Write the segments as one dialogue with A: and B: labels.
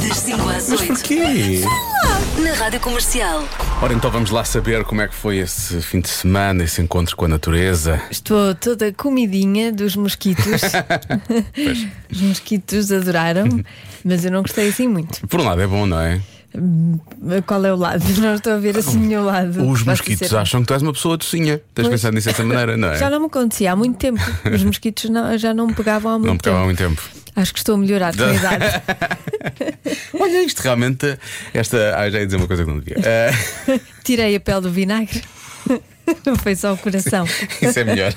A: Das 5 às
B: Mas
A: 8,
B: porquê?
A: na rádio comercial.
B: Ora, então vamos lá saber como é que foi esse fim de semana, esse encontro com a natureza.
C: Estou toda comidinha dos mosquitos. Os mosquitos adoraram, mas eu não gostei assim muito.
B: Por um lado é bom, não é?
C: Qual é o lado? Não estou a ver assim nenhum lado.
B: Os
C: Posso
B: mosquitos
C: dizer.
B: acham que tu és uma pessoa docinha. Tens
C: Pois.
B: pensado nisso dessa maneira, não
C: Já
B: é?
C: não me acontecia há muito tempo. Os mosquitos não- já não me pegavam há muito
B: Não me há
C: tempo.
B: muito tempo.
C: Acho que estou a melhorar com a idade.
B: Olha, isto realmente. Esta. Ah, já ia dizer uma coisa que não devia. Ah,
C: Tirei a pele do vinagre. Não foi só o coração.
B: Isso é melhor.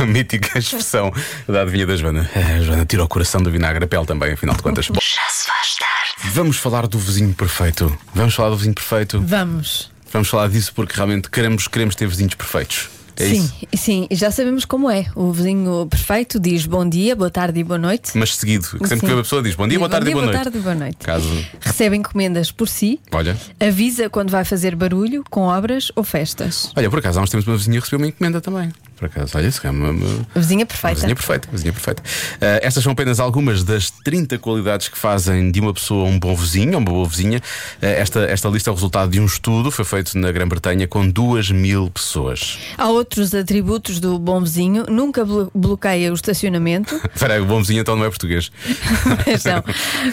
B: A mítica expressão da adivinha da Joana. Ah, Joana tira o coração do vinagre, a pele também, afinal de contas. Bom,
A: Já se faz tarde.
B: vamos falar do vizinho perfeito. Vamos falar do vizinho perfeito.
C: Vamos.
B: Vamos falar disso porque realmente queremos, queremos ter vizinhos perfeitos. É
C: sim,
B: isso.
C: sim, já sabemos como é. O vizinho perfeito diz bom dia, boa tarde e boa noite.
B: Mas seguido, que
C: Sim.
B: sempre que a pessoa diz bom dia, boa tarde e boa noite.
C: tarde e boa noite.
B: Caso.
C: Recebe encomendas por si,
B: Olha.
C: avisa quando vai fazer barulho com obras ou festas.
B: Olha, por acaso há uns tempos uma vizinha recebeu uma encomenda também. Por acaso, olha, isso é uma, uma-
C: A vizinha
B: Uma
C: perfeita.
B: Vizinha perfeita, uma vizinha perfeita. Ah, estas são apenas algumas das 30 qualidades que fazem de uma pessoa um bom vizinho, uma boa vizinha. Ah, esta, esta lista é o resultado de um estudo, foi feito na Grã-Bretanha com 2 mil pessoas.
C: Há outros atributos do bom vizinho. Nunca blo- bloqueia o estacionamento.
B: Espera, aí, o bom vizinho então não é português.
C: Mas não.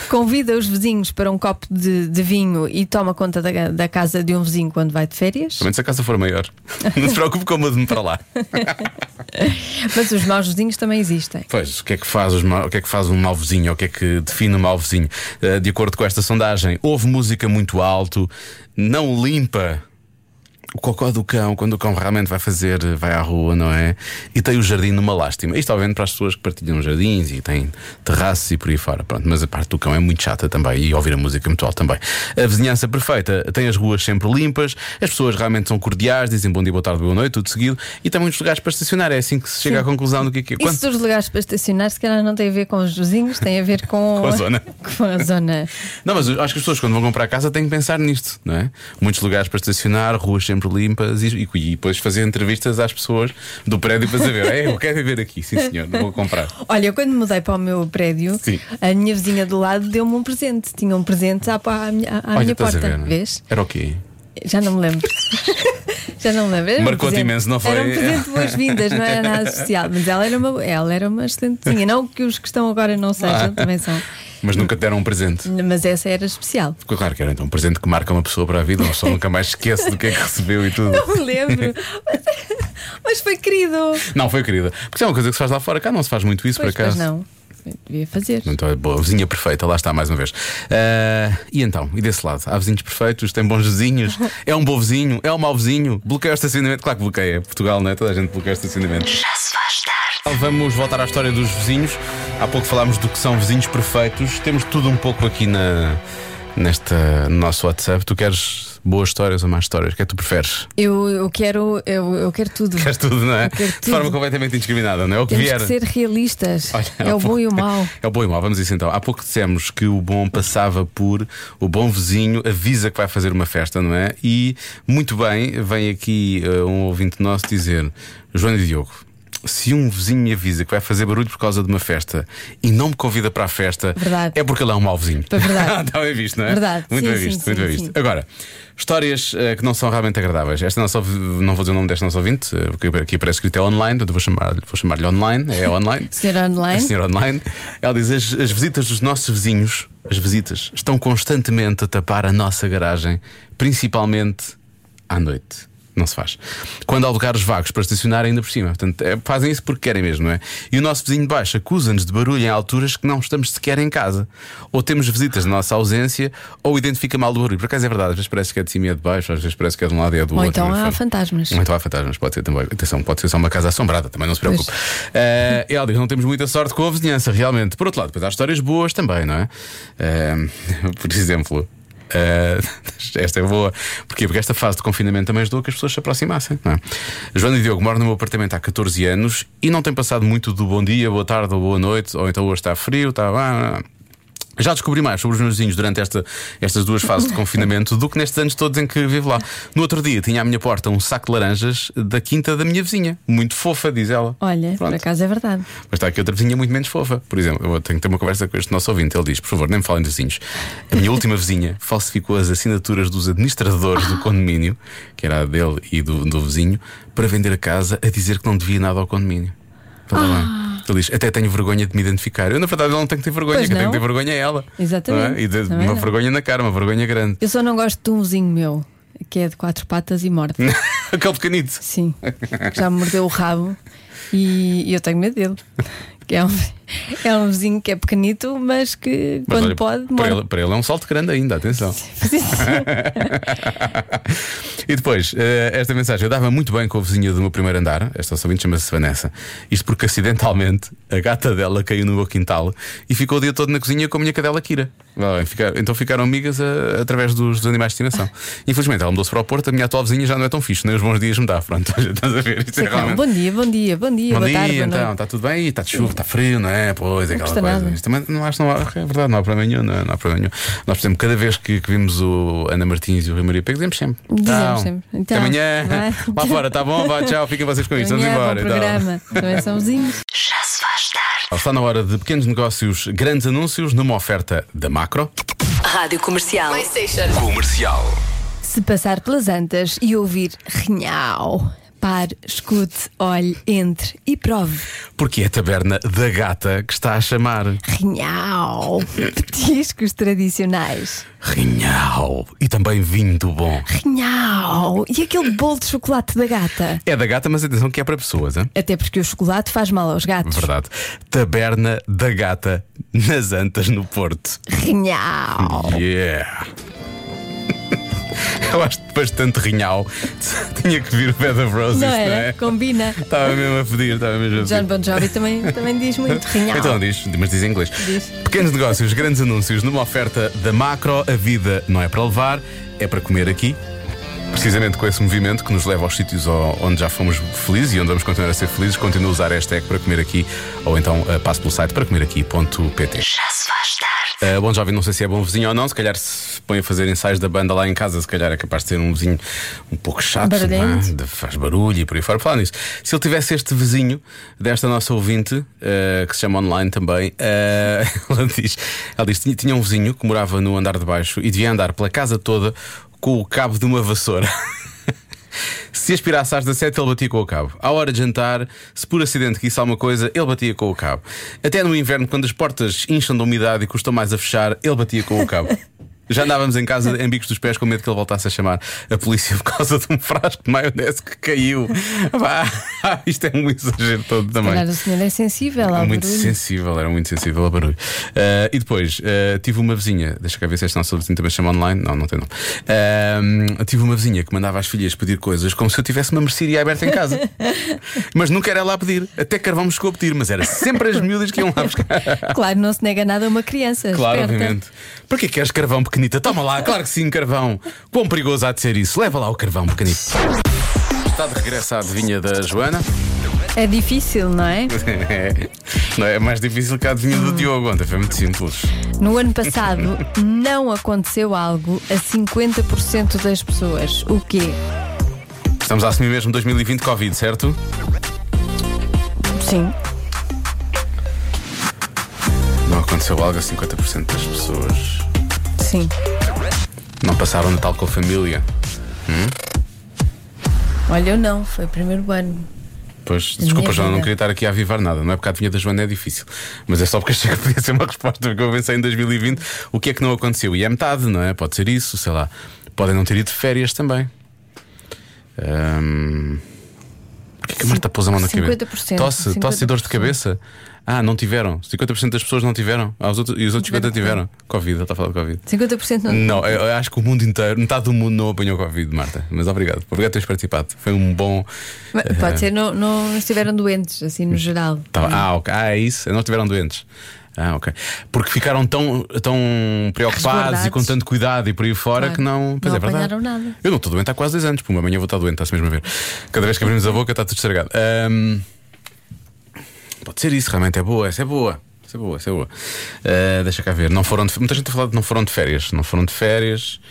C: Convida os vizinhos para um copo de, de vinho e toma conta da, da casa de um vizinho quando vai de férias.
B: Pelo menos se a casa for maior. Não se preocupe com o de me para lá.
C: Mas os maus vizinhos também existem.
B: Pois, o que é que faz, os ma- o que é que faz um mau vizinho? O que é que define um mau vizinho? Eh, de acordo com esta sondagem, ouve música muito alto, não limpa o cocó do cão, quando o cão realmente vai fazer, eh, vai à rua, não é? E tem o jardim numa lástima. Isto, obviamente, para as pessoas que partilham jardins e têm terraços e por aí fora. Pronto, mas a parte do cão é muito chata também e ouvir a música é muito alto também. A vizinhança perfeita tem as ruas sempre limpas, as pessoas realmente são cordiais, dizem bom dia, boa tarde, boa noite, tudo seguido, e tem muitos lugares para estacionar. É assim que se chega à conclusão do que é que é. Quando-
C: Isso dos lugares para estacionar, se calhar não tem a ver com os vizinhos, tem a ver com,
B: Com a zona.
C: com a zona.
B: né? Não, mas eu acho que as pessoas quando vão comprar casa têm que pensar nisto, não é? Muitos lugares para estacionar, ruas sempre limpas e, e- e depois fazer entrevistas às pessoas do prédio para saber. é, eu quero viver aqui, sim senhor, não vou comprar.
C: Olha, eu quando mudei para o meu prédio,
B: Sim.
C: a minha vizinha do lado deu-me um presente. Tinha um presente à, pa- à minha, à
B: Olha,
C: minha
B: estás
C: porta.
B: a ver, não é?
C: Vês?
B: Era o quê?
C: Já não me lembro. Já não me lembro. Era um
B: Marcou-te
C: presente.
B: imenso, não foi?
C: Era um presente de boas-vindas, não era nada especial. Mas ela era, uma, ela era uma excelente vizinha. Não que os que estão agora não sejam,
B: Ah.
C: também são.
B: Mas nunca te deram um presente.
C: Mas essa era especial.
B: Claro que era então um presente que marca uma pessoa para a vida, uma pessoa nunca mais esquece do que é que recebeu e tudo.
C: Não me lembro. Mas, mas foi querido.
B: Não, foi querida. Porque isso é uma coisa que se faz lá fora, cá não se faz muito isso
C: Pois,
B: por acaso.
C: pois não. Eu Devia fazer.
B: Então é boa, vizinha perfeita, lá está mais uma vez. Ah, e então, e desse lado? Há vizinhos perfeitos, tem bons vizinhos, é um bom vizinho, é um mau vizinho, bloqueia o estacionamento, claro que bloqueia. Portugal, não é? Toda a gente bloqueia o estacionamento.
A: Já se faz tarde.
B: Então, Vamos voltar à história dos vizinhos. Há pouco falámos do que são vizinhos perfeitos, temos tudo um pouco aqui na, nesta, no nosso WhatsApp. Tu queres boas histórias ou más histórias? O que é que tu preferes?
C: Eu, eu quero, eu, eu quero tudo.
B: Queres tudo, não é?
C: quero
B: De forma
C: tudo.
B: completamente indiscriminada, não é? O que
C: Temos
B: vier.
C: que ser realistas.
B: Olha,
C: é
B: há
C: o bom
B: pouco-
C: e o mau.
B: É o bom e o mau, vamos a isso então. Há pouco dissemos que o bom passava por o bom vizinho avisa que vai fazer uma festa, não é? E muito bem, vem aqui eh, um ouvinte nosso dizer: Joana e Diogo, se um vizinho me avisa que vai fazer barulho por causa de uma festa e não me convida para a festa,
C: Verdade.
B: é porque ele é um mau vizinho.
C: É verdade.
B: Está bem visto, não é?
C: Verdade.
B: Muito
C: Sim,
B: bem
C: sim,
B: visto,
C: sim,
B: muito bem
C: sim.
B: visto. Agora, histórias eh, que não são realmente agradáveis. Esta nossa, ouvi- não vou dizer o nome desta nossa ouvinte, eh, porque aqui parece escrito é online, portanto vou chamar-lhe vou chamar online, é online.
C: Senhora online.
B: A senhora online. Ela diz: as, as visitas dos nossos vizinhos, as visitas, estão constantemente a tapar a nossa garagem, principalmente à noite. Não se faz. Quando há lugares vagos para estacionar, ainda por cima. Portanto, é, fazem isso porque querem mesmo, não é? E o nosso vizinho de baixo acusa-nos de barulho em alturas que não estamos sequer em casa. Ou temos visitas na nossa ausência, ou identifica mal o barulho. Por acaso é verdade, às vezes parece que é de cima e é de baixo, às vezes parece que é de um lado e é do
C: Ou
B: outro.
C: então
B: não é?
C: há
B: Portanto,
C: fantasmas.
B: ou Então há fantasmas, pode ser também. Atenção, pode ser só uma casa assombrada, também não se preocupe. Eh, ela diz: não temos muita sorte com a vizinhança, realmente. Por outro lado, depois há histórias boas também, não é? Eh, por exemplo, Eh, esta é boa. Porquê? Porque esta fase de confinamento também ajudou a que as pessoas se aproximassem. Não é? Joana e Diogo moram no meu apartamento há 14 anos e não têm passado muito do bom dia, boa tarde ou boa noite, ou então hoje está frio, está. lá. Já descobri mais sobre os meus vizinhos durante esta- estas duas fases de confinamento do que nestes anos todos em que vivo lá. No outro dia tinha à minha porta um saco de laranjas da quinta da minha vizinha. Muito fofa, diz ela.
C: Olha, por
B: Pronto.
C: acaso é verdade.
B: Mas está aqui outra vizinha muito menos fofa. Por exemplo, eu tenho que ter uma conversa com este nosso ouvinte. Ele diz: por favor, nem me falem de vizinhos. A minha última vizinha falsificou as assinaturas dos administradores do condomínio, que era a dele e do, do vizinho, para vender a casa a dizer que não devia nada ao condomínio. Vê lá bem. Ele diz, até tenho vergonha de me identificar. Eu, na verdade, eu não tenho que ter vergonha,
C: Ah. Pois
B: quem tem que
C: não.
B: ter vergonha é ela.
C: Exatamente.
B: Não é? E de-
C: Também
B: uma
C: não.
B: vergonha na cara, uma vergonha grande.
C: Eu só não gosto de um vizinho meu, que é de quatro patas e morde.
B: Aquele pequenito.
C: Sim, que já me mordeu o rabo e e eu tenho medo dele. Que é, um, é um vizinho que é pequenito, mas que
B: Mas
C: quando
B: olha,
C: pode,
B: para
C: morde.
B: ele, para ele é um salto grande ainda, atenção. E depois, eh, esta mensagem: Eu dava muito bem com a vizinha do meu primeiro andar. Esta ouvinte chama-se Vanessa. Isto porque acidentalmente a gata dela caiu no meu quintal e ficou o dia todo na cozinha com a minha cadela Kira. Vá bem, fica- então ficaram amigas eh, através dos, dos animais de estimação. Infelizmente, ela mudou-se para o Porto. A minha atual vizinha já não é tão fixe, nem os bons dias me dá. Pronto, estás a ver? Isto é
C: Sei lá,
B: realmente-
C: Bom dia, bom dia, bom dia,
B: Bom
C: boa
B: dia,
C: tarde, boa
B: então,
C: noite.
B: está tudo bem? Está de chuva, está frio, não é? Pois, é aquela
C: custa
B: coisa.
C: nada.
B: Isto também não acho, não há, é verdade, não há problema nenhum, não, é? Não há problema nenhum. Nós, por exemplo, cada vez que, que vimos o Ana Martins e o Rui Maria Pego, dizemos sempre.
C: Dizemos
B: "Então,
C: sempre,
B: até
C: então,
B: amanhã,
C: vai."
B: lá fora, está bom, vá, tchau, fiquem vocês com isso, vamos
C: Amanhã, é bom
B: embora. então. e tal.
C: programa. Também são vizinhos.
A: Já se faz tarde.
B: Está na hora de pequenos negócios, grandes anúncios, numa oferta da macro.
A: Rádio Comercial.
B: Comercial.
C: Se passar pelas antas e ouvir rinhau, pare, escute, olhe, entre e prove.
B: Porque é a taberna da gata que está a chamar.
C: Rinhau. Petiscos tradicionais.
B: Rinhal. E também vinho do bom.
C: Rinhau. E aquele bolo de chocolate da gata.
B: É da gata, mas atenção que é para pessoas, hein?
C: Até porque o chocolate faz mal aos gatos.
B: Verdade. Taberna da Gata nas Antas no Porto.
C: Rinhau.
B: Yeah! Eu acho bastante rinhal. Tinha que vir o Bed of Roses,
C: Não
B: não é?
C: era? Combina.
B: Estava mesmo a pedir, estava mesmo a
C: John
B: pedir.
C: Bon Jovi também, também diz muito rinhau.
B: Então diz, mas diz em inglês.
C: Diz.
B: Pequenos negócios, grandes anúncios, numa oferta da macro, a vida não é para levar, é para comer aqui. Precisamente com esse movimento que nos leva aos sítios o- onde já fomos felizes e onde vamos continuar a ser felizes, continua a usar a hashtag para comer aqui ou então eh, passe pelo site para comer aqui.pt.
A: Já se faz tarde.
B: Uh, bom jovem, não sei se é bom vizinho ou não. Se calhar se põe a fazer ensaios da banda lá em casa, se calhar é capaz de ser um vizinho um pouco chato, não é?
C: Barulhento.
B: De- faz barulho e por aí fora. Falar nisso, se ele tivesse este vizinho desta nossa ouvinte, uh, que se chama online também, uh, ela diz: ela diz tinha, tinha um vizinho que morava no andar de baixo e devia andar pela casa toda com o cabo de uma vassoura. Se aspirasse às 17, ele batia com o cabo. À hora de jantar, se por acidente quisse alguma coisa, ele batia com o cabo. Até no inverno, quando as portas incham de umidade e custam mais a fechar, ele batia com o cabo. Já andávamos em casa em bicos dos pés com medo que ele voltasse a chamar a polícia por causa de um frasco de maionese que caiu. Vá, isto é um exagero todo também.
C: Claro, o senhor é sensível ao
B: muito
C: barulho.
B: sensível, era muito sensível ao barulho. Ah, e depois, ah, tive uma vizinha, deixa cá ver se esta nossa vizinha também se chama online. Não, não tem nome. Ah, tive uma vizinha que mandava as filhas pedir coisas como se eu tivesse uma mercearia aberta em casa. mas nunca era lá a pedir. Até carvão me chegou a pedir, mas era sempre as miúdas que iam lá buscar.
C: Claro, não se nega nada a uma criança.
B: Claro,
C: esperta.
B: obviamente. Para que queres carvão pequenita? Toma lá, claro que sim, carvão. Quão perigoso há de ser isso? Leva lá o carvão pequenito. Está de regresso à adivinha da Joana.
C: É difícil, não é?
B: Não é mais difícil que a adivinha do Diogo. Ontem foi muito simples.
C: No ano passado não aconteceu algo a 50% das pessoas. O quê?
B: Estamos a assumir mesmo 2020 Covid, certo?
C: Sim.
B: Não aconteceu algo a 50% das pessoas.
C: Sim.
B: Não passaram Natal com a família.
C: Olha, eu não, foi o primeiro ano.
B: Pois, desculpa,
C: minha
B: João, não
C: vida.
B: queria estar aqui a avivar nada. Não é porque a adivinha da Joana é difícil. Mas é só porque achei que podia ser uma resposta. Porque eu pensei em 2020 o que é que não aconteceu. E é metade, não é? Pode ser isso, sei lá. Podem não ter ido de férias também. Ahm, Porquê que a Marta pôs a mão na cabeça?
C: 50%,
B: Tosse, tosse e dores de
C: 50%.
B: cabeça? Ah, não tiveram. 50% das pessoas não tiveram. Ah, os outros- e os outros 50% tiveram. Covid, ele está a falar de Covid.
C: 50% não.
B: Não, eu eu acho que o mundo inteiro, metade do mundo não apanhou Covid, Marta. Mas obrigado. Obrigado por teres participado. Foi um bom.
C: Mas Pode ser, não, não estiveram doentes, assim, no geral.
B: é. Tá- ah, ok. Ah, é isso. Não estiveram doentes. Ah, ok. Porque ficaram tão, tão preocupados
C: Resguardados.
B: e com tanto cuidado e por aí fora
C: Claro.
B: que não. Pois
C: Não
B: é verdade.
C: apanharam nada.
B: Eu não estou doente há quase dois anos. Pum, amanhã vou estar doente, está-se mesmo a ver. Cada vez que abrimos a boca está tudo estragado. Ahm, pode ser isso, realmente é boa. Essa é boa. Essa é boa, essa é boa. Ah, deixa cá ver. Não foram de- muita gente a falar de não foram de férias. Não foram de férias.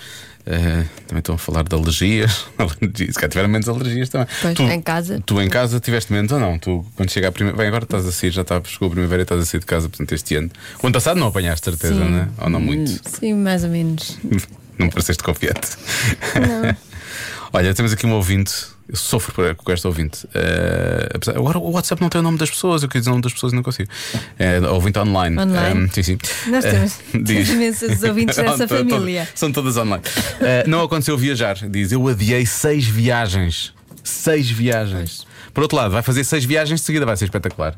B: Ah, também estão a falar de alergias. Alergias. Se calhar tiveram menos alergias também.
C: Pois, em casa.
B: Tu em casa tiveste menos ou não? Tu quando chega a primeira. Bem, agora estás a sair, já está, chegou a primavera e estás a sair de casa, portanto, este ano. O ano passado não apanhaste certeza,
C: Sim.
B: né? Ou não muito?
C: Hum, Sim, mais ou menos.
B: Não pareceste confiante. Olha, temos aqui um ouvinte. Eu sofro por- com este ouvinte. Eh, apesar- agora o WhatsApp não tem o nome das pessoas. Eu queria dizer o nome das pessoas e não consigo. Eh, ouvinte online.
C: Online?
B: Eh, sim, sim.
C: Nós
B: Eh,
C: temos- temos
B: diz-
C: imensos ouvintes
B: Não,
C: dessa
B: to- to-
C: família.
B: são todas online. Eh, não aconteceu viajar. Diz, eu adiei seis viagens. Seis viagens. Por outro lado, vai fazer seis viagens de seguida, vai ser espetacular.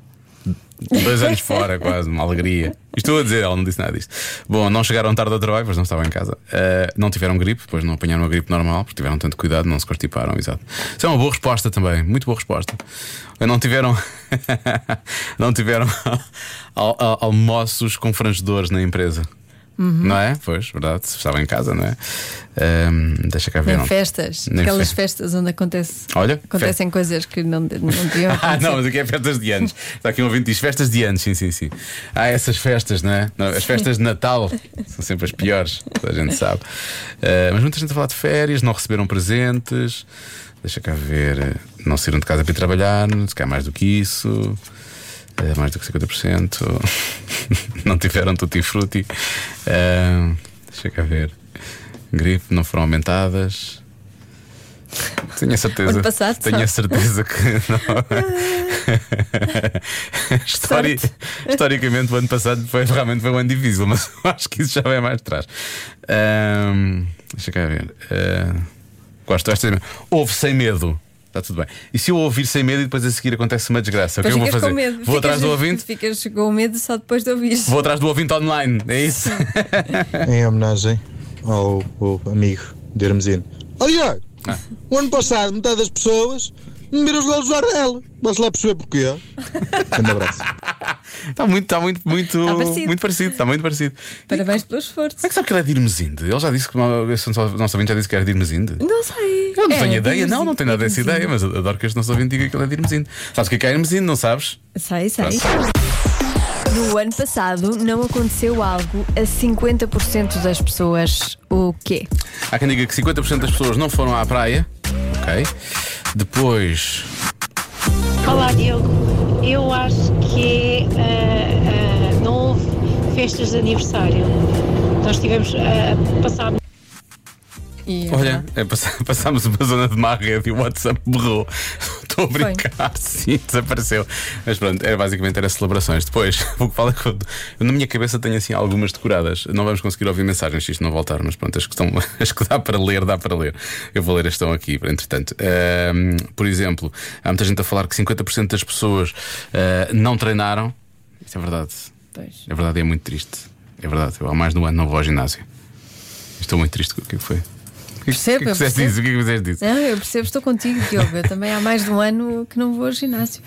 B: Dois anos fora, quase, uma alegria. Estou a dizer, ela não disse nada disto. Bom, não chegaram tarde ao trabalho, pois não estavam em casa. Ah, não tiveram gripe, pois não apanharam a gripe normal, porque tiveram tanto cuidado, não se constiparam, exato. Isso é uma boa resposta também, muito boa resposta. Não tiveram. não tiveram al- al- almoços com frangedores na empresa. Não é? Pois, verdade, se estavam em casa, não é? Ah, deixa cá ver.
C: Nem
B: não.
C: festas.
B: Nem
C: aquelas
B: fe-
C: festas onde acontece,
B: Olha,
C: acontecem coisas que não, não deviam
B: Ah,
C: acontecer.
B: não, mas aqui é festas de anos. Está aqui um ouvinte que diz festas de anos, sim, sim, sim. Há essas festas, não é? Não, as festas de Natal são sempre as piores, toda a gente sabe. Eh, mas muita gente a falar de férias, não receberam presentes. Deixa cá ver. eh, Não saíram de casa para ir trabalhar, se calhar mais do que isso. Eh, mais do que 50%. não tiveram tutti-frutti. Eh, deixa cá ver. Gripe, não foram aumentadas. Tenho a certeza.
C: Ano passado,
B: tenho
C: só.
B: a certeza que não. Histori- Historicamente, o ano passado foi, realmente foi um ano difícil, mas eu acho que isso já vai mais de trás. Ahm, deixa cá ver. Ah, gosto desta. Houve sem medo. Está tudo bem. E se eu ouvir sem medo e depois a seguir acontece uma desgraça, o que
C: Depois
B: eu vou
C: ficas
B: fazer?
C: com medo.
B: Vou
C: Ficas-
B: atrás do ouvinte?
C: Ficas com medo só depois de ouvir.
B: Vou atrás do ouvinte online, é isso?
D: em homenagem ao, ao amigo de Hermesino. Aliás,
B: Ah.
D: o ano passado metade das pessoas me viram os olhos do Ardel. Vamos lá perceber porquê. Grande abraço.
B: Está muito, está muito, muito,
C: Está parecido.
B: muito parecido, está muito parecido.
C: Parabéns pelo esforço.
B: Como é que sabe que ele é de Irmesinde? Ele já disse que esse nosso ouvinte já disse que era de Irmesinde.
C: Não sei. É,
B: Eu não tenho ideia, não, não tenho nada dessa ideia, mas adoro que este nosso ouvinte diga que ele é de Irmesinde. Sabes o que é que é Irmesinde, não sabes?
C: Sei, sei. No ano passado não aconteceu algo a 50% das pessoas. O quê?
B: Há quem diga que 50% das pessoas não foram à praia. Ok. Depois.
E: Olá Diogo, eu acho que é, ah, ah, não houve festas de aniversário. Nós tivemos ah, a passar
C: ah,
B: Olha, é, passa- passámos uma zona de má rede e o WhatsApp borrou. Estou a brincar, sim, desapareceu. Mas pronto, era, basicamente era celebrações. Depois, o que fala é que eu, eu na minha cabeça tenho assim algumas decoradas. Não vamos conseguir ouvir mensagens se isto não voltar, mas pronto, as que, estão, as que dá para ler, dá para ler. Eu vou ler as que estão aqui, entretanto. Ahm, por exemplo, há muita gente a falar que 50% das pessoas ah, não treinaram. Isso é verdade.
C: Pois.
B: É verdade, é muito triste. É verdade, eu há mais de um ano não vou ao ginásio. Estou muito triste. O que é que foi? O que é que-
C: Percebo,
B: o que é que fizeste
C: eu percebo.
B: disso? O que é que fizeste disso?
C: Não, eu percebo, estou contigo, Diogo. Eu também há mais de um ano que não vou ao ginásio.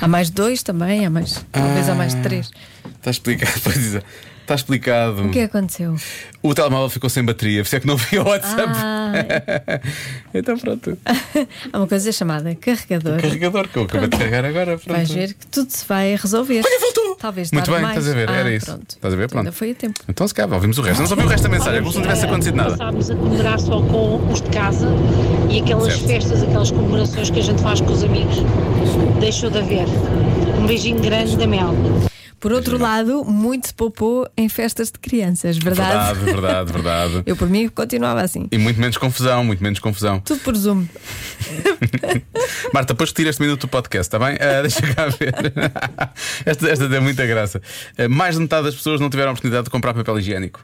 C: Há mais de dois também, há mais. Talvez há mais
B: Ah.
C: de três.
B: Está explicado, pois é. Está explicado.
C: O que aconteceu?
B: O telemóvel ficou sem bateria, por isso é que não vi o WhatsApp.
C: Ah,
B: Então pronto.
C: há uma coisa chamada carregador.
B: Carregador que eu acabei de carregar agora. Pronto.
C: Vais ver que tudo se vai resolver.
B: Olha, voltou!
C: Talvez
B: Muito
C: tarde
B: bem,
C: mais.
B: estás a ver,
C: Ah,
B: era isso.
C: Pronto.
B: Estás a ver, pronto.
C: Ainda foi a tempo.
B: Então se calhar, ouvimos o resto. Não ouvimos o resto da mensagem, como se não tivesse acontecido nada.
E: eh, Passámos a comemorar só com os de casa e aquelas
B: Certo.
E: festas, aquelas comemorações que a gente faz com os amigos. Deixou de haver. Um beijinho grande da Mel.
C: Por outro lado, muito se poupou em festas de crianças, verdade?
B: Verdade, verdade, verdade.
C: Eu, por mim, continuava assim.
B: E muito menos confusão, muito menos confusão.
C: Tudo por Zoom.
B: Marta, depois retira este minuto do podcast, está bem? Ah, deixa cá ver. esta, esta deu muita graça. Ah, mais de metade das pessoas não tiveram a oportunidade de comprar papel higiênico.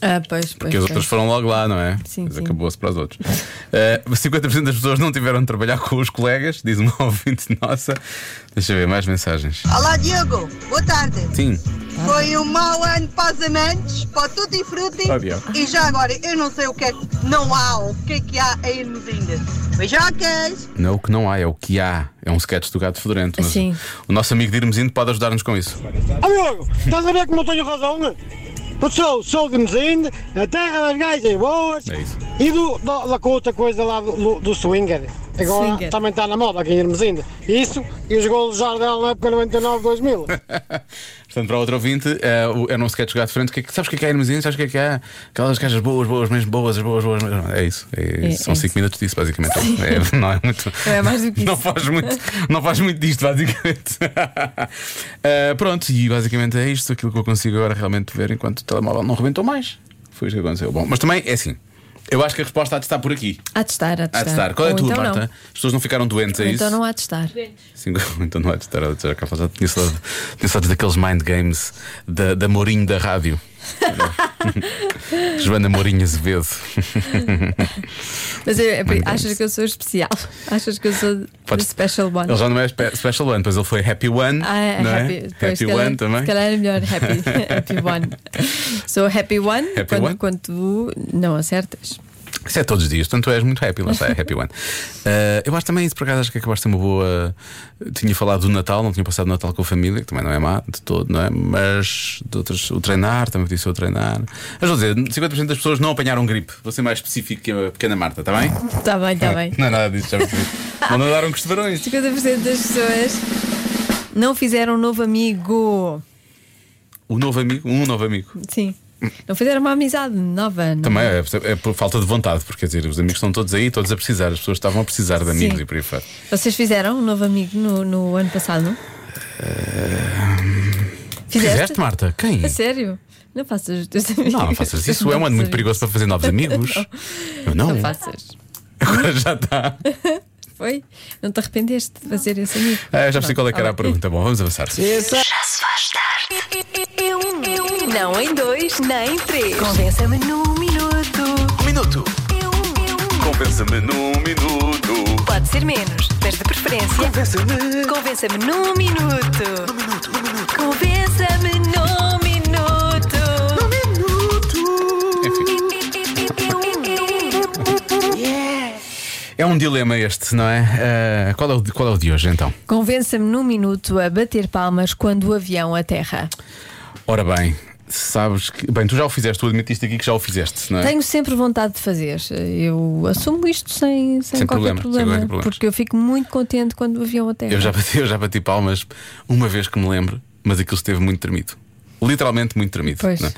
C: Ah, pois, pois.
B: Porque as
C: pois.
B: outras foram logo lá, não é?
C: Sim,
B: Mas
C: sim.
B: acabou-se para os outros. Eh, 50% das pessoas não tiveram de trabalhar com os colegas, diz uma ouvinte nossa. Deixa eu ver mais mensagens.
F: Olá Diogo, boa tarde.
B: Sim,
F: Foi um mau ano para os amantes, para tudo e frutti.
B: Ah, Diogo.
F: E já agora, eu não sei o que é que não há, o que é que há aí no Zinga. Beijocas!
B: não é o que não há, é o que há. É um sketch do gato fedorento. mas
C: Sim.
B: O nosso amigo Dirmezindo pode ajudar-nos com isso.
G: Amigo, estás a ver como eu tenho razão? Eu sou, sou de Mezinho, a terra das gajas boas
B: É isso.
G: e do, da, da outra coisa lá do, do- do swinger. Agora
C: Swinger.
G: também está na moda aqui em Hermesinda. Isso e os golos de Jardel na época 99, 2000.
B: Portanto, para outro ouvinte, eh, o- era um sketch do gato fedorento. Que, é que- sabes o que é que é, Irmezinho? Sabes o que é que é? Aquelas cajas boas, boas, mesmo boas, boas, boas. mesmo. É isso. É-
C: É-
B: são
C: é
B: 5
C: isso.
B: minutos disso, basicamente. É, não é muito.
C: Não é mais do que
B: Não
C: isso.
B: faz muito, não faz muito disto, basicamente. Eh, pronto, e basicamente é isto, aquilo que eu consigo agora realmente ver enquanto o telemóvel não rebentou mais. Foi isto que aconteceu. Bom, mas também é assim. Eu acho que a resposta há de estar por aqui.
C: Há de estar, há de
B: Há
C: estar.
B: de estar. Qual é a
C: Ou
B: tua,
C: então
B: Marta?
C: Não.
B: As pessoas não ficaram doentes, é
C: Ou
B: isso?
C: então não há de estar.
B: Sim, então não há de estar. Ela Já, cá faz- já tinha saudades- tinha saudades daqueles mind games da, da Mourinho da rádio. Joana Mourinho Azevedo.
C: Mas é, é, achas
B: Deus.
C: que eu sou especial? Achas que eu sou the special one?
B: Ele já não é spe- Special One, pois ele foi Happy One.
C: Ah, é,
B: não é?
C: happy, pois, se
B: happy
C: calhar-
B: One também.
C: Se calhar era melhor happy, happy one. Sou happy one,
B: Happy
C: quando,
B: one?
C: quando tu não acertas.
B: Isso é todos os dias, portanto tu és muito happy, lá está, é happy one. Eh, eu acho também isso, por acaso, acho que acabaste de ter uma boa. Tinha falado do Natal, não tinha passado o Natal com a família, que também não é má de todo, não é? Mas de outras, o treinar, também disse o treinar. Mas vou dizer, 50% das pessoas não apanharam gripe. Vou ser mais específico que a pequena Marta, está bem?
C: Está Tá bem, está bem.
B: Não é nada disso, já percebi. Não nadaram com os tubarões.
C: 50% das pessoas não fizeram um novo amigo.
B: O novo amigo, um novo amigo.
C: Sim. Não fizeram uma amizade nova. Não.
B: Também é, é por falta de vontade, porque quer dizer, os amigos estão todos aí, todos a precisar, as pessoas estavam a precisar de amigos
C: Sim.
B: e por aí fora.
C: Vocês fizeram um novo amigo no, no ano passado, não?
B: Eh, Fizeste, Marta? Quem?
C: A sério? Não faças os teus amigos.
B: um Não, não faças isso. É um ano muito perigoso para fazer novos amigos. Eu não.
C: Não faças.
B: Agora já tá. está.
C: Foi? Não te arrependeste de fazer esse amigo?
B: Ah, já percebi qual é que era a
C: Pronto,
B: pergunta. Bom, vamos avançar.
A: Já se faz tarde. Eu, eu, não em dois, nem em três. Convença-me num minuto. Um minuto. Eu, eu,
B: Compensa-me num minuto.
A: Pode ser menos, mas de preferência. Convença-me. Convença-me num minuto. Num minuto, num minuto. Convença-me num minuto. Num minuto.
B: É um dilema este, não é? Ah, qual, é o, de- qual é o de hoje então?
C: não. Convença-me num minuto a bater palmas quando o avião aterra.
B: Ora bem, sabes que. Bem, tu já o fizeste, tu admitiste aqui que já o fizeste, não é?
C: Tenho sempre vontade de fazer. Eu assumo isto sem, sem,
B: Sem
C: qualquer
B: problema, sem
C: problema,
B: qualquer problema.
C: Porque eu fico muito contente quando o avião aterra.
B: Eu já bati, eu já bati palmas uma vez que me lembro, mas aquilo esteve muito tremido. Literalmente muito tremido.
C: Pois.
B: não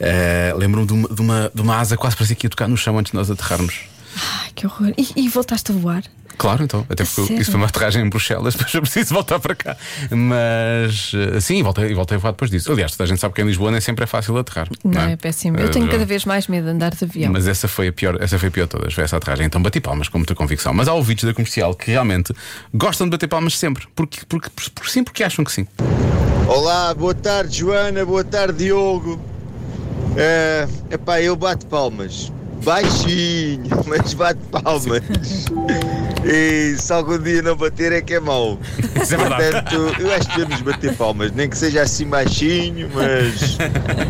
B: é? Ah, Lembro-me de uma, de, uma, de uma asa quase parecia que ia tocar no chão antes de nós aterrarmos.
C: Ai, que horror. E, e voltaste a voar?
B: Claro, então. Até porque
C: Sério?
B: isso foi uma aterragem em Bruxelas, depois eu preciso voltar para cá. Mas eh, sim, voltei, voltei a voar depois disso. Aliás, toda a gente sabe que em Lisboa nem sempre é fácil aterrar.
C: Não, é péssimo. Eu
B: Eh,
C: tenho
B: já-
C: cada vez mais medo de andar de avião.
B: Mas essa foi a pior, essa foi a pior de todas, foi essa aterragem. Então bati palmas com muita convicção. Mas há ouvintes da comercial que realmente gostam de bater palmas sempre. Porque, porque, porque- sim, porque acham que sim.
H: Olá, boa tarde Joana, boa tarde Diogo. É epá, eu bato palmas. Baixinho, mas bato palmas. E se algum dia não bater é que é mau.
B: Isso é verdade.
H: Portanto, eu acho que devemos bater palmas, nem que seja assim baixinho, mas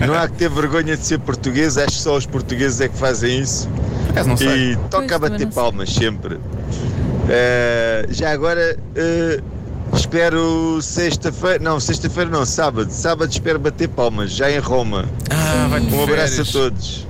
H: não há que ter vergonha de ser português, acho que só os portugueses é que fazem isso.
B: Por acaso não sei.
H: E
C: Pois,
H: toca a
C: também
H: bater
C: não sei.
H: palmas sempre. Eh, já agora eh, espero sexta-feira. Não, sexta-feira não, sábado. Sábado espero bater palmas, já em Roma.
B: Ah, vai
H: Um abraço a todos.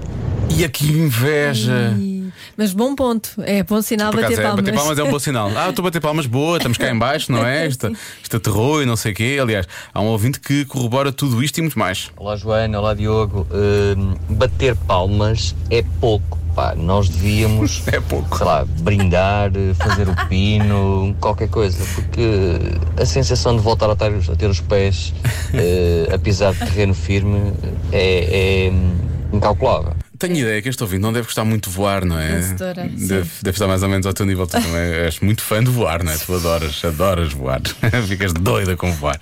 B: E a que inveja.
C: E- Mas bom ponto. É bom sinal
B: É. Por
C: Hum, bater
B: acaso, é,
C: palmas.
B: bater palmas é um bom sinal. Ah, estou a bater palmas, boa, estamos cá em baixo, não é? Isto, isto aterrou e não sei o quê. Aliás, há um ouvinte que corrobora tudo isto e muito mais.
I: Olá Joana, olá Diogo. Hum, bater palmas é pouco, pá. Nós devíamos,
B: É pouco.
I: sei lá, brindar, fazer o pino, qualquer coisa, porque a sensação de voltar a ter, os- a ter os pés eh, a pisar terreno firme é- é hum, incalculável.
B: Tenho ideia que este ouvinte não deve gostar muito de voar, não é?
C: Sedutora, sim.
B: Deve, deve estar mais ou menos ao teu nível. Tu também és muito fã de voar, não é? Tu adoras, adoras voar. Ficas doida Ah, com voar.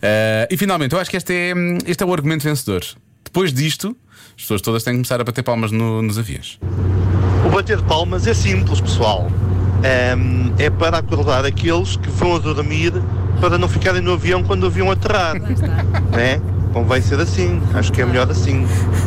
B: Eh, e finalmente, eu acho que este é, hum, este é o argumento vencedor. Depois disto, As pessoas todas têm que começar a bater palmas no- nos aviões.
J: O bater de palmas é simples, pessoal. Ahm, é para acordar aqueles que vão a dormir para não ficarem no avião quando o avião aterrar. Né? Convém ser assim. Acho que é melhor assim.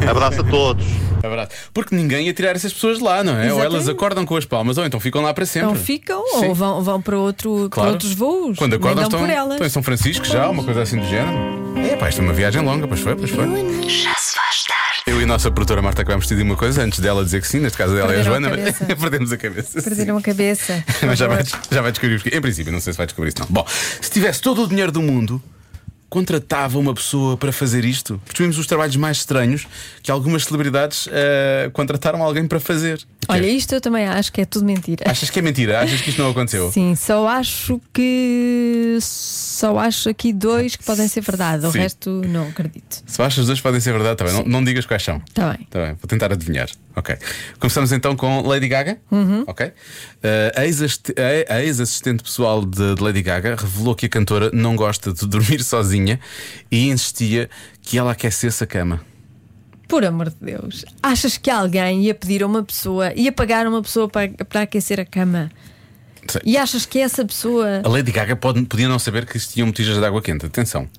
J: Abraço a todos.
B: É verdade. Porque ninguém ia tirar essas pessoas de lá, não é? Ou
C: Exatamente.
B: elas acordam com as palmas, ou então ficam lá para sempre.
C: Não ficam
B: Sim.
C: ou vão, vão para, outro, para
B: Claro.
C: outros voos?
B: Quando acordam,
C: Nem dão
B: estão,
C: por elas.
B: estão em São Francisco já, uma coisa assim do género. É, pá, isto é uma viagem longa, pois foi, pois foi.
A: Já se faz tarde.
B: Eu e a nossa produtora Marta acabamos decidir uma coisa antes dela dizer que sim, neste caso dela é a
C: Perderam a
B: Joana, mas
C: cabeça.
B: perdemos a cabeça. sim.
C: Perderam a cabeça.
B: Mas já vai, já vai descobrir. porque- Em princípio, não sei se vai descobrir isso. Não. Bom, se tivesse todo o dinheiro do mundo, contratava uma pessoa para fazer isto. Percebemos os trabalhos mais estranhos que algumas celebridades eh, contrataram alguém para fazer.
C: Olha,
B: Que- é.
C: isto eu também acho que é tudo mentira.
B: Achas que é mentira? Achas que é isto não aconteceu?
C: Sim, só acho que. Só acho aqui dois que podem ser verdade, o
B: Sim.
C: resto não acredito.
B: Se achas dois podem ser verdade, também. Não, não digas quais são.
C: Tá bem.
B: Tá bem, vou tentar adivinhar. Ok. Começamos então com Lady Gaga.
C: Uhum.
B: Ok. Eh, a ex-assist- a a ex-assistente pessoal de, de Lady Gaga revelou que a cantora não gosta de dormir sozinha e insistia que ela aquecesse a cama.
C: Por amor de Deus, achas que alguém ia pedir a uma pessoa, ia pagar a uma pessoa para, para aquecer a cama?
B: Sim.
C: E achas que essa pessoa.
B: A Lady Gaga pode- podia não saber que existiam botijas de água quente, atenção.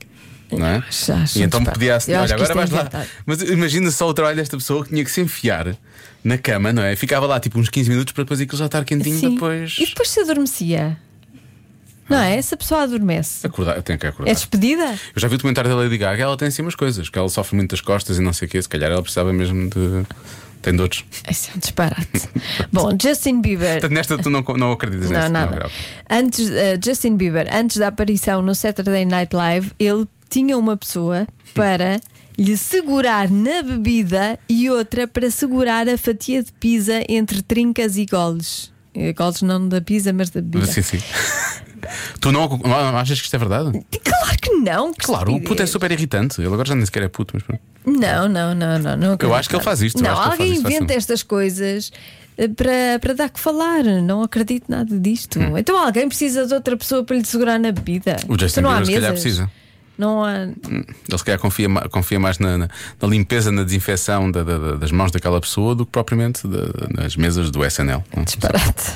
B: Não é?
C: Acho- acho
B: e então
C: disparate.
B: podia assinar.
C: Eu acho
B: Olha,
C: que
B: agora vais
C: isto é
B: lá.
C: inventado.
B: Mas imagina só o trabalho desta pessoa que tinha que se enfiar na cama, não é? Ficava lá tipo uns 15 minutos para depois aquilo já estar quentinho
C: Sim.
B: depois.
C: E depois se adormecia? Não é? Essa pessoa adormece.
B: Acordar, eu tenho que acordar.
C: É despedida?
B: Eu já vi o documentário da Lady Gaga, ela tem assim umas coisas, que ela sofre muito das costas e não sei o quê, se calhar ela precisava mesmo de. Tem dores.
C: Isso é um disparate. Bom, Justin Bieber.
B: Portanto, nesta tu não, não acreditas
C: Não,
B: nesta,
C: nada.
B: é grave.
C: antes, eh, Justin Bieber, antes da aparição no Saturday Night Live, ele tinha uma pessoa para lhe segurar na bebida e outra para segurar a fatia de pizza entre trincas e goles. Eh, Goles não da pizza, mas da bebida.
B: Sim, sim. tu não, não achas que isto é verdade?
C: Claro que não. que
B: Claro, o
C: estupidez.
B: puto é super irritante. Ele agora já nem sequer é puto, mas pronto.
C: Não, não, não, não. não acredito
B: acho que ele
C: nada.
B: faz isto, eu
C: Não,
B: acho que ele
C: alguém
B: faz isto,
C: inventa
B: faço.
C: estas coisas eh, para, para dar que falar. Não acredito nada disto. Então alguém precisa de outra pessoa para lhe segurar na bebida.
B: Hum. O Justin
C: Então não há
B: Bieber, se calhar,
C: mesas.
B: precisa.
C: Não há.
B: Ele se calhar confia, ma- confia mais na, na- na limpeza, na desinfecção da- da- da- das mãos daquela pessoa do que propriamente da- nas mesas do SNL. não é?
C: Disparate.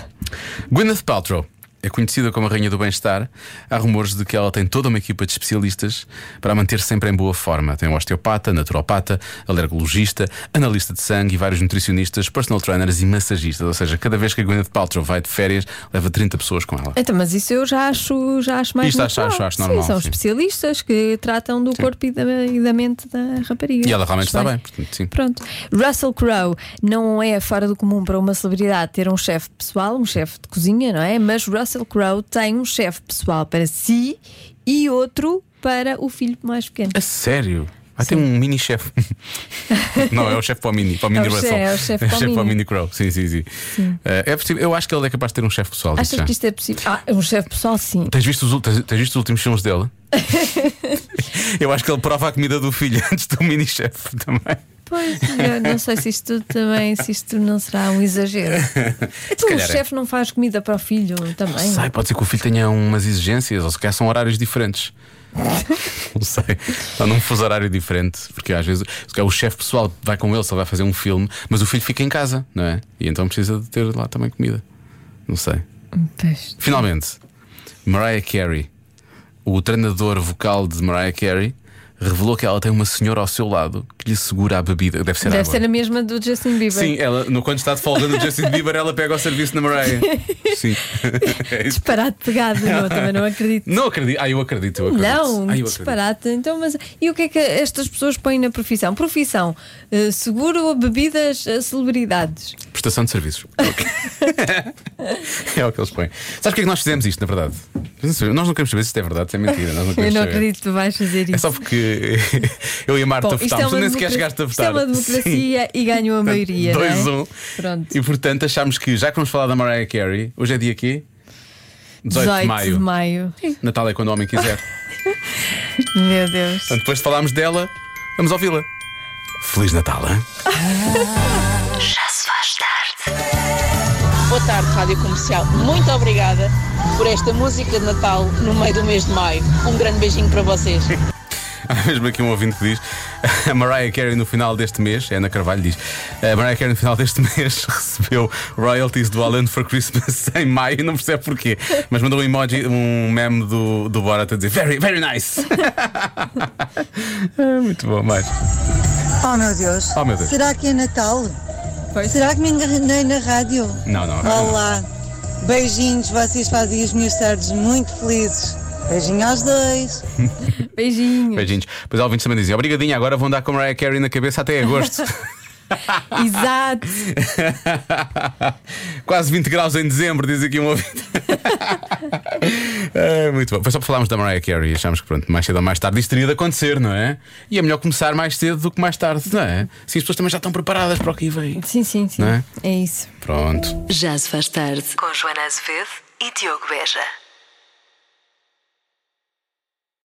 B: Gwyneth Paltrow é conhecida como a rainha do bem-estar. Há rumores de que ela tem toda uma equipa de especialistas para a manter sempre em boa forma. Tem um osteopata, naturopata, alergologista, analista de sangue e vários nutricionistas, personal trainers e massagistas. Ou seja, cada vez que a Gwyneth Paltrow vai de férias, leva 30 pessoas com ela.
C: Então, mas isso eu já acho, já acho mais
B: Isto acho-
C: natural.
B: acho- acho
C: Sim,
B: normal,
C: são
B: sim.
C: especialistas que tratam do corpo e da, e da mente da rapariga.
B: E ela realmente está
C: Acho
B: bem, portanto, sim.
C: Pronto. Russell Crowe não é fora do comum para uma celebridade ter um chefe pessoal, um chefe de cozinha, não é? Mas Russell Crowe tem um chefe pessoal para si e outro para o filho mais pequeno.
B: A É sério? Vai ter um mini-chefe. não, é o chefe para o mini, para o mini
C: É o
B: Russell.
C: chefe- é o chefe para o
B: para o
C: mini.
B: mini Crow. Sim, sim, sim. Eh, é possível. Eu acho que ele é capaz de ter um chefe pessoal. digo-te
C: Achas
B: já.
C: que isto é possível? Ah, um chefe pessoal, sim.
B: Tens visto, os, ul- tens, tens visto os últimos filmes dele? Eu acho que ele prova a comida do filho antes do mini-chefe também.
C: Pois, eu não sei se isto também, se isto não será um exagero. Então, o
B: calhar é.
C: chefe não faz comida para o filho também.
B: Sei, pode ser que o filho tenha umas exigências, ou se calhar são horários diferentes. Não sei. Está num fuso horário diferente, porque às vezes se calhar o chefe pessoal vai com ele, só vai fazer um filme, mas o filho fica em casa, não é? E então precisa de ter lá também comida. Não sei.
C: Pois.
B: Finalmente, Mariah Carey, o treinador vocal de Mariah Carey, revelou que ela tem uma senhora ao seu lado que lhe segura a bebida. Deve ser
C: Deve
B: água.
C: ser a mesma do Justin Bieber.
B: Sim, ela, no, quando está de folga do Justin Bieber, ela pega o serviço na Mariah. Sim. É isso.
C: Disparate pegado, não, também não acredito.
B: Não acredito. Ah, eu acredito. Eu acredito.
C: Não,
B: Ah, eu acredito.
C: disparate. Então, mas e o que é que estas pessoas põem na profissão? Profissão, eh, seguro, bebidas, eh, celebridades.
B: Prestação de serviços. Ok. é o que eles põem. Sabes porque é que nós fizemos isto, na verdade? Nós não queremos saber se isto é verdade, se é mentira. Nós não
C: Eu
B: queremos
C: não
B: saber.
C: acredito que tu vais fazer
B: É
C: isso.
B: só porque eu e a Marta
C: Bom, isto é
B: votámos, tu
C: uma
B: nem sequer
C: democra-
B: chegaste a
C: isto é
B: votar.
C: uma democracia e ganhou a maioria.
B: 2-1.
C: não é? Pronto.
B: E portanto achámos que, já que vamos falar da Mariah Carey, hoje é dia aqui? 18, de maio.
C: de maio.
B: Natal é quando o homem quiser.
C: Meu Deus.
B: Portanto, depois de falarmos dela, vamos ouvi-la. Feliz Natal, hein?
A: Já se faz tarde.
E: Boa tarde, Rádio Comercial. Muito obrigada por esta música de Natal no meio do mês de maio. Um grande beijinho para vocês.
B: Há mesmo aqui um ouvinte que diz: a Mariah Carey no final deste mês, Ana Carvalho diz, a Mariah Carey no final deste mês recebeu royalties do Alan for Christmas em maio, não percebe porquê, mas mandou um emoji, um meme do, do Borat a dizer: Very, very nice. É Muito bom, mais.
F: Oh meu Deus.
B: Oh, meu Deus.
F: Será que é Natal? Será que me enganei na rádio?
B: Não, não, não.
F: Olá. Beijinhos, vocês fazem as minhas tardes muito felizes. Beijinho aos dois.
C: Beijinho.
B: Beijinhos. Pois há ouvintes que também dizem: Obrigadinha, agora vão dar com a Mariah Carey na cabeça até agosto.
C: Exato.
B: Quase 20 graus em dezembro, diz aqui um ouvinte. É, muito bom. Foi só porque falámos da Mariah Carey e achámos que pronto, mais cedo ou mais tarde isto teria de acontecer, não é? E é melhor começar mais cedo do que mais tarde, não é? Sim, as pessoas também já estão preparadas para o que vem.
C: Sim, sim, sim.
B: Não é?
C: é isso.
B: Pronto.
A: Já se faz tarde com Joana Azevedo e Diogo Beja.